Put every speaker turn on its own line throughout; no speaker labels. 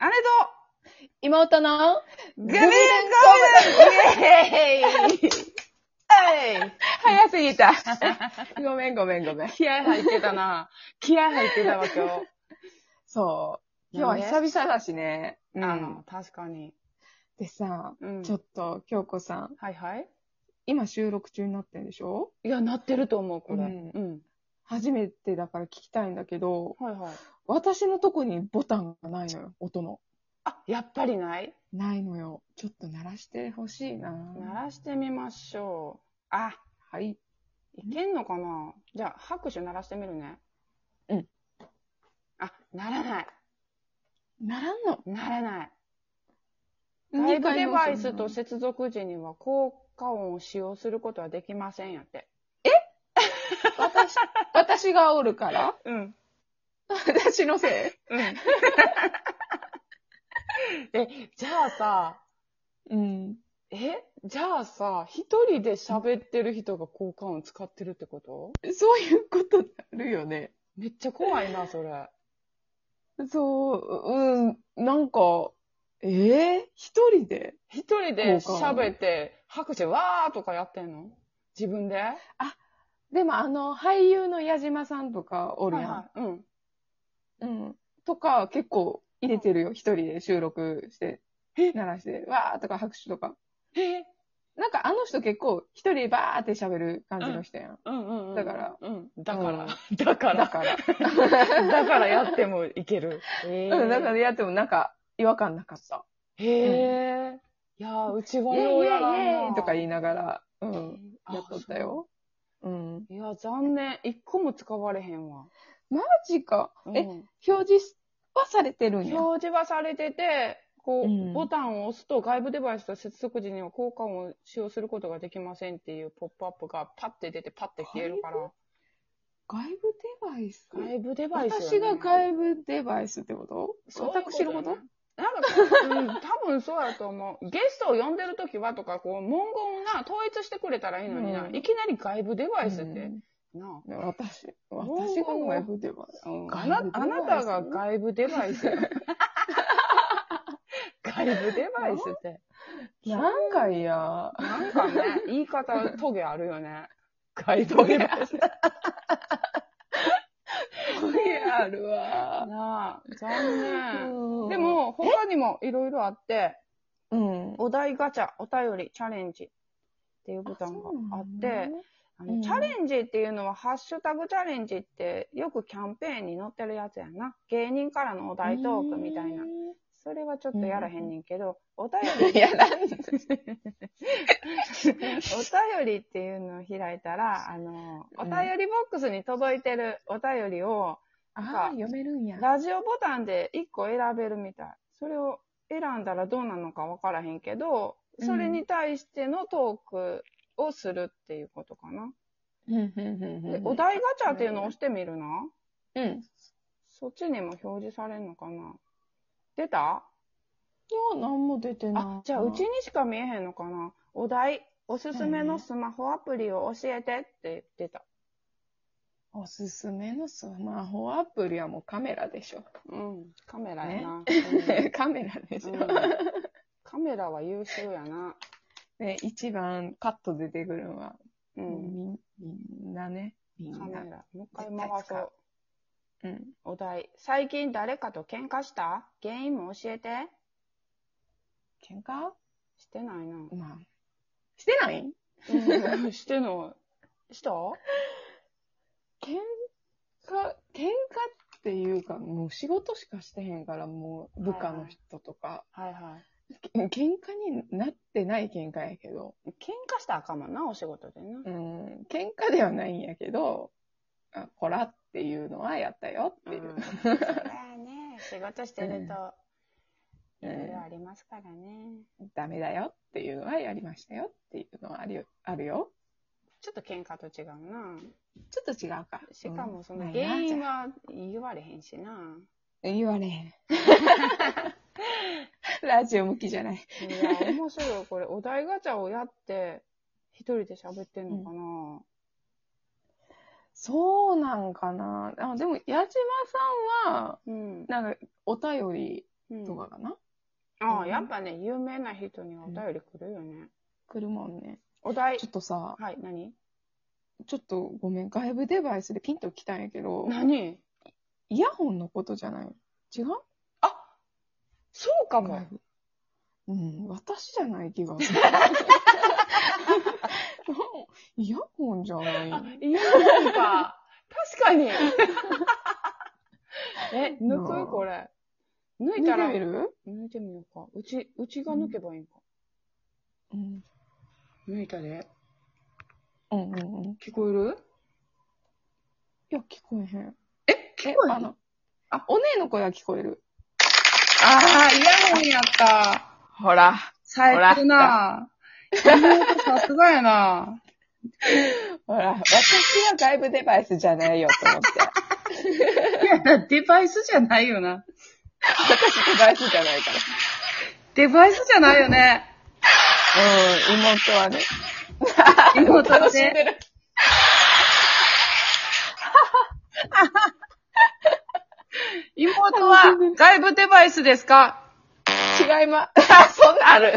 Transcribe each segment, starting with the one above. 姉と、
妹の
グ
グ
ミンゴミのイェーイはい
早すぎた。 ごめんごめんごめん。
気合入ってたな。気合入ってたわ、今日。
そう。今日は久々だしね。うん。
あの、確かに。
でさ、
うん
ちょっと、京子さん、
はいはい。
今収録中になってんでしょ
いや、なってると思う、これ。
うん
うん。
初めてだから聞きたいんだけど、
はいはい。
私のとこにボタンがないのよ、音の。
あ、やっぱりない
ないのよ。ちょっと鳴らしてほしいな。
鳴らしてみましょう。あ、
はい。
いけんのかなじゃあ、拍手鳴らしてみるね。
うん。
あ、鳴らない。
鳴らんの
鳴らない。外部デバイスと接続時には効果音を使用することはできませんやって。
私、私がおる から
うん。
私のせ
うん。 え、じゃあさ、
いうん。
え、じゃあさ、一人で喋ってる人が効果音使ってるってこと
そういうことになるよね。
めっちゃ怖いな、それ。
そう、うん、なんか、えー、一人で
一人で
効果音
喋って、拍手わーとかやってんの自分で
でもあの、俳優の矢島さんとかおるやん。
はいはいうん。
うん。とか、結構入れてるよ。一人で収録して、
え
鳴らして、わーとか拍手とか。
え
なんかあの人結構一人でバーって喋る感じの人やん。
うんうんうん。
だから。
うん。だから。
う
だか
だ
ら。
から。
だからやってもいけ る。え
うん、だからやってもなんか違和感なかった。
へえ。いやー、うち
イ
は
ェイイ
ようやらん
ェイイェ
な
イとか言いながら、うん、
あ
やっとったよ。うん。
そういや、残念。一個も使われへんわ。
マジか。え、
うん
表示はされてるんや。
表示はされてて、こう、
うん
ボタンを押すと外部デバイスと接続時には効果音を使用することができませんっていうポップアップがパッて出てパッて消えるから。
外部デバイス
外部デバイス、ね。
私が外部デバイスってこと
そういう
私のこと
やねなんか、うん、多分そうやと思う。ゲストを呼んでるときはとか、こう、文言をな、統一してくれたらいいのにな、
うん
いきなり外部デバイスっ
う
て、
ん
な
私、
文言
私が外部デバイス。うん
ああな、あなたが
外部デバイ
外部デバイス。外部デバイスって。
スなんかいや、
なんかね、言い方、トゲあるよね。外部デバイス。
これあるわ。
なあ、残念。
うん
で、も、他にもいろいろあって、
うん。
お題ガチャ、お便り、チャレンジっていうボタンがあって、あの
うん
チャレンジっていうのは、ハッシュタグチャレンジって、よくキャンペーンに載ってるやつやな。芸人からのお題トークみたいな。それはちょっとやらへんねんけど、お便り、
いや、なんで
お便りっていうのを開いたら、あの、お便りボックスに届いてるお便りを、
あ
か
あ、読めるんや。
ラジオボタンで1個選べるみたい。それを選んだらどうなのかわからへんけど、それに対してのトークをするっていうことかな。で、お題ガチャっていうのを押してみるな。
うん。
そっちにも表示されんのかな出た
いや、なんも出てない。
あ、じゃあうちにしか見えへんのかなお題、おすすめのスマホアプリを教えてって出た。
おすすめのスマホアプリはもうカメラでしょ。
うん、カメラやな。
カメラでし
う
ょ
ん。うんカメラは優秀やな。
ね、一番カット出てくるのは、
うん、
みみんなね。みん
カメ
な。
ラ。もう一回回そう。
うん。
お題。最近誰かと喧嘩した原因も教えて。
喧嘩
してないな。
まあ。してない
うん、 してない。した
喧嘩、喧嘩っていうか、もう仕事しかしてへんから、もう部下の人とか。
はいは
け喧嘩になってない喧嘩やけど。
い。喧嘩したらあかんもんな、お仕事で な
う。ん。喧嘩ではないんやけど、あ、こらっていうのはやったよってい
う
う。
んそりゃあね、仕事してると、い
うん
ろいろありますからね。
ダメだよっていうのはやりましたよっていうのはあるよ。あるよ
ちょっと喧嘩と違うな。
ちょっと違うか。
しかもその
うん
原因
まあ
は言われへんしな。
な言われへ ん。ラジオ向きじゃない。
いや、面白い。これ、お題ガチャをやって、一人で喋ってんのかな。
そうなんかな。あでも、矢島さんは、
うん。
なんか、お便り
うん
とかかな。
ああ、やっぱね、有名な人にはお便り来るよね。
来るもんね。
お題
ちょ、っとさ、
はい、何
ちょっとごめん、外部デバイスでピンときたんやけど、
何
イヤホンのことじゃない違う
あそうかも
外。部うん、私じゃない気がす る。イヤホンじゃない。
あ、いいなんか。確 かに。え、抜
なあ
くこれ。抜いたら
抜、ける、
抜いてみようか。うち、うちが抜けばいいんか。
うん、
抜いたで。
うんうんうん。
聞こえる
いや、聞こえへん。
え、
え、あの、あ、お姉の声は聞こえる。
ああ、イヤホンやった。
ほら。
最
高
高な。さすがやな。
ほら、私は外部デバイスじゃないよと思っ
い
て。
や、デバイスじゃないよな。
私デバイスじゃないから。
デバイスじゃないよね。
うん、妹はね。
妹はね
楽しんでる。
妹は外部デバイスですか
違いま、 あ、そんなんある。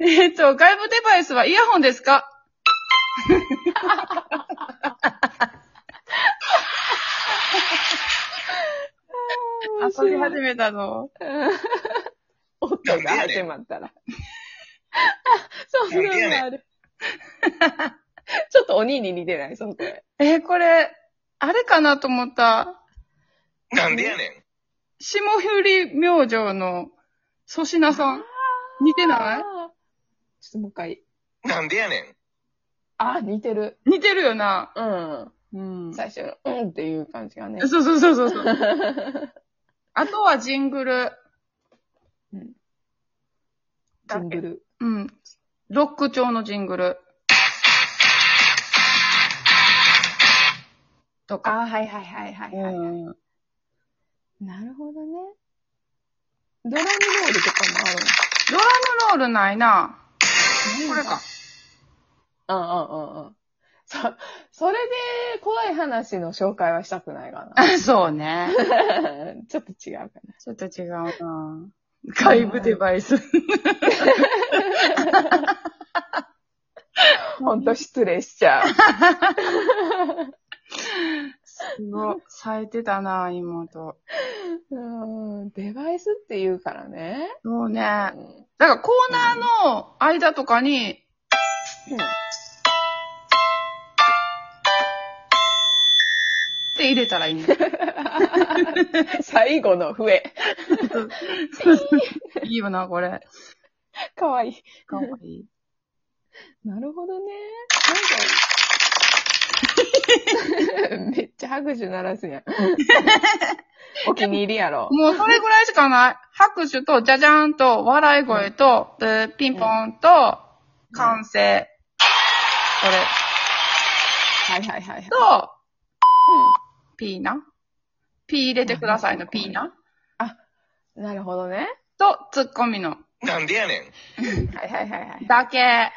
えっと、外部デバイスはイヤホンですか遊び始めたぞ。
音が始まったら。そんなのある。 ちょっと鬼に似てない、その声。
えーこれ、あれかなと思った。
なんでやねん。
霜降り明星の粗品さん。似て
あー
ない
ちょっともう一回。
なんでやねん。
あー、似てる。
似てるよな。
うん。
うんそ
最初の、うんっていう感じがね
う。そうそう そうそう。あとはジングル。
ジングル。
うん。ロック調のジングル。とか。
あー、はいはいはいはいはい。
うん
なるほどね。ドラムロールとかもある
ドラムロールないな。
の。
これ か。。
うんうんうんうん。そ、それで怖い話の紹介はしたくないか
そうね。
な。 ちょっと違うかな。
ちょっと違うな。外部デバイス。
ほんと失礼しちゃう。
すごい。冴えてたな、妹。
うん、デバイスって言うからね。
そうね。
う
だか
ん
らコーナーの間とかに、って入れたらい いね。
最後の笛。
いいよな、これ。
かわいい。
かわいい。
なるほどね。なんか、めっちゃ拍手鳴らすやん。 お気に入りやろ。
もうそれぐらいしかない。拍手と、じゃじゃーんと、笑い声と、ブーピンポンと、完成。これ。
はいはいはいはい。
と、ピーナ。ピー入れてくださいの、
うん
ピーナ。
うんなるほどね。
と、ツッコミの、
なんでやねん。
はいはいはいはい。
だけ。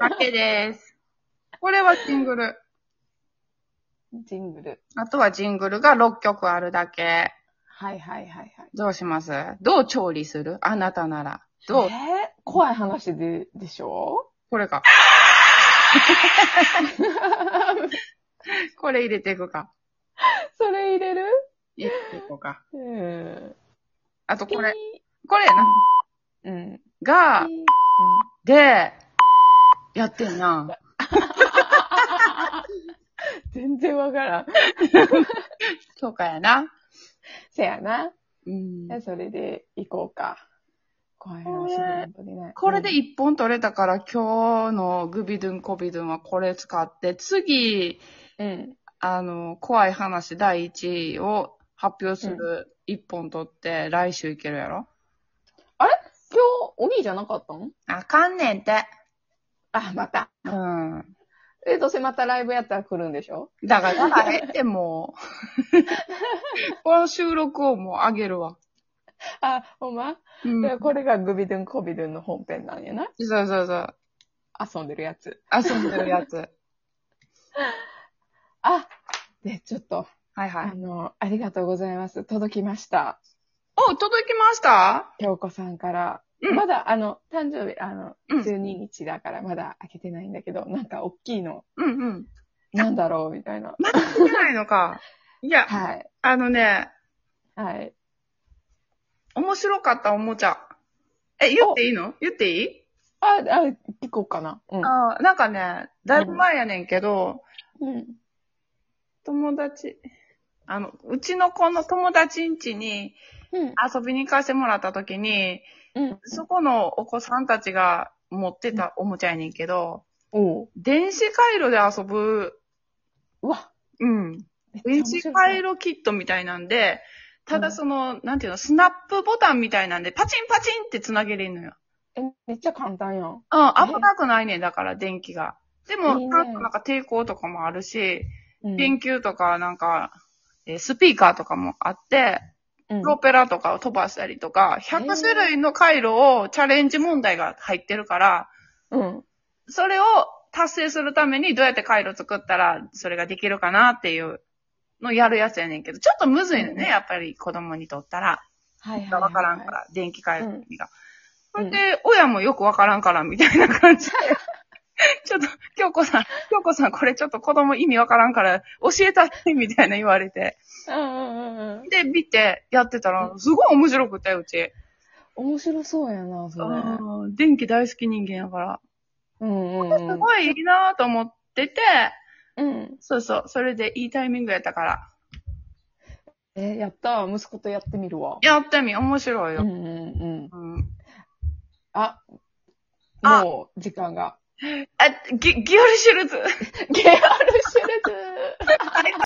だけです。これはシングル。
ジングル。
あとはジングルが6曲あるだけ。
はいはいはいはい。
どうしますどう調理するあなたなら。どう
えー怖い話で、でしょ
これか。これ入れていくか。
それ入れる
入れていこうか。
うん。
あとこれ、これやな。
うん。
が、
ピー
で、やってんな。
全然わからん。
そうかやな。
せやな。
うん
じゃあそれで行こうか。怖い
これ
話なんてね。
これで一本取れたから、今日のグビドゥンコビドゥンはこれ使って、次、
うん。うん。
あの、怖い話第1位を発表する一本取って、来週いけるやろ
今日、お兄じゃなかったん
あかんねんて。
あ、また。
うん。
え、どうせまたライブやったら来るんでしょ
だから、だから減って もう、この収録をもう上げるわ。
あ、ほんま、
うん。
だからこれがグビドゥンコビドゥンの本編なんやな。
そうそうそう。
遊んでるやつ。
遊んでるやつ。
あ、で、ちょっと、
はいは
あ
い。
の、ありがとうございます。届きました。
お、届きました
京子さんから。
うん
まだ、あの、誕生日、あの、
うん
12日だからまだ開けてないんだけど、なんか大きいの、
うんうん。
なんだろう、みたいな。
まだ来てないのか。いや、
はい。
あのね、
はい。
面白かったおもちゃ。え、言っていいの言っていい
あ、あ、聞こうかな。うん。
あーなんかね、だいぶ前やねんけど、
うん。
友達、あの、うちの子の友達ん家に
うん。
遊びに行かせてもらった時に、
うん。
そこのお子さんたちが持ってたおもちゃやねんけど、
おう。
電子回路で遊ぶ、
うわ。
うん、
め
電
っちゃ面
子
白
回
い。
路キットみたいなんで、ただその、なんていうの、スナップボタンみたいなんで、パチンパチンって繋げれんのよ。
え、めっちゃ簡単や
う
ん。
ん、危なくないねん、だから、電気が。でも、
いいね
なんかなんか抵抗とかもあるし、
うん。
電球とか、なんか、えースピーカーとかもあって、
うん
プロペラとかを飛ばしたりとか、100種類の回路をチャレンジ問題が入ってるから、
うん。
それを達成するためにどうやって回路作ったらそれができるかなっていうのをやるやつやねんけど、ちょっとむずいの
うんう
ね、
ん
やっぱり子供にとったら。
はいはいはいはい。
わからんから、電気回路が。
う
ほ
ん
んで、親もよくわからんから、みたいな感じで。 ちょっと、京子さん、京子さん、これちょっと子供意味わからんから、教えたって、みたいな言われて。
うんうんうんうん。
で、見て、やってたら、すごい面白くて、うち。
面白そうやな、それ。
うん電気大好き人間やから。
うんうんうん。
すごいいいなと思ってて、
うん。
そうそう、それでいいタイミングやったから。
え、やった。息子とやってみるわ。
やってみ、面白いうよ。
んうんうん。
うん
あ、
あ
もう時間が。
あ、ギ、ギオルシュルツ
ゲアルシュルズ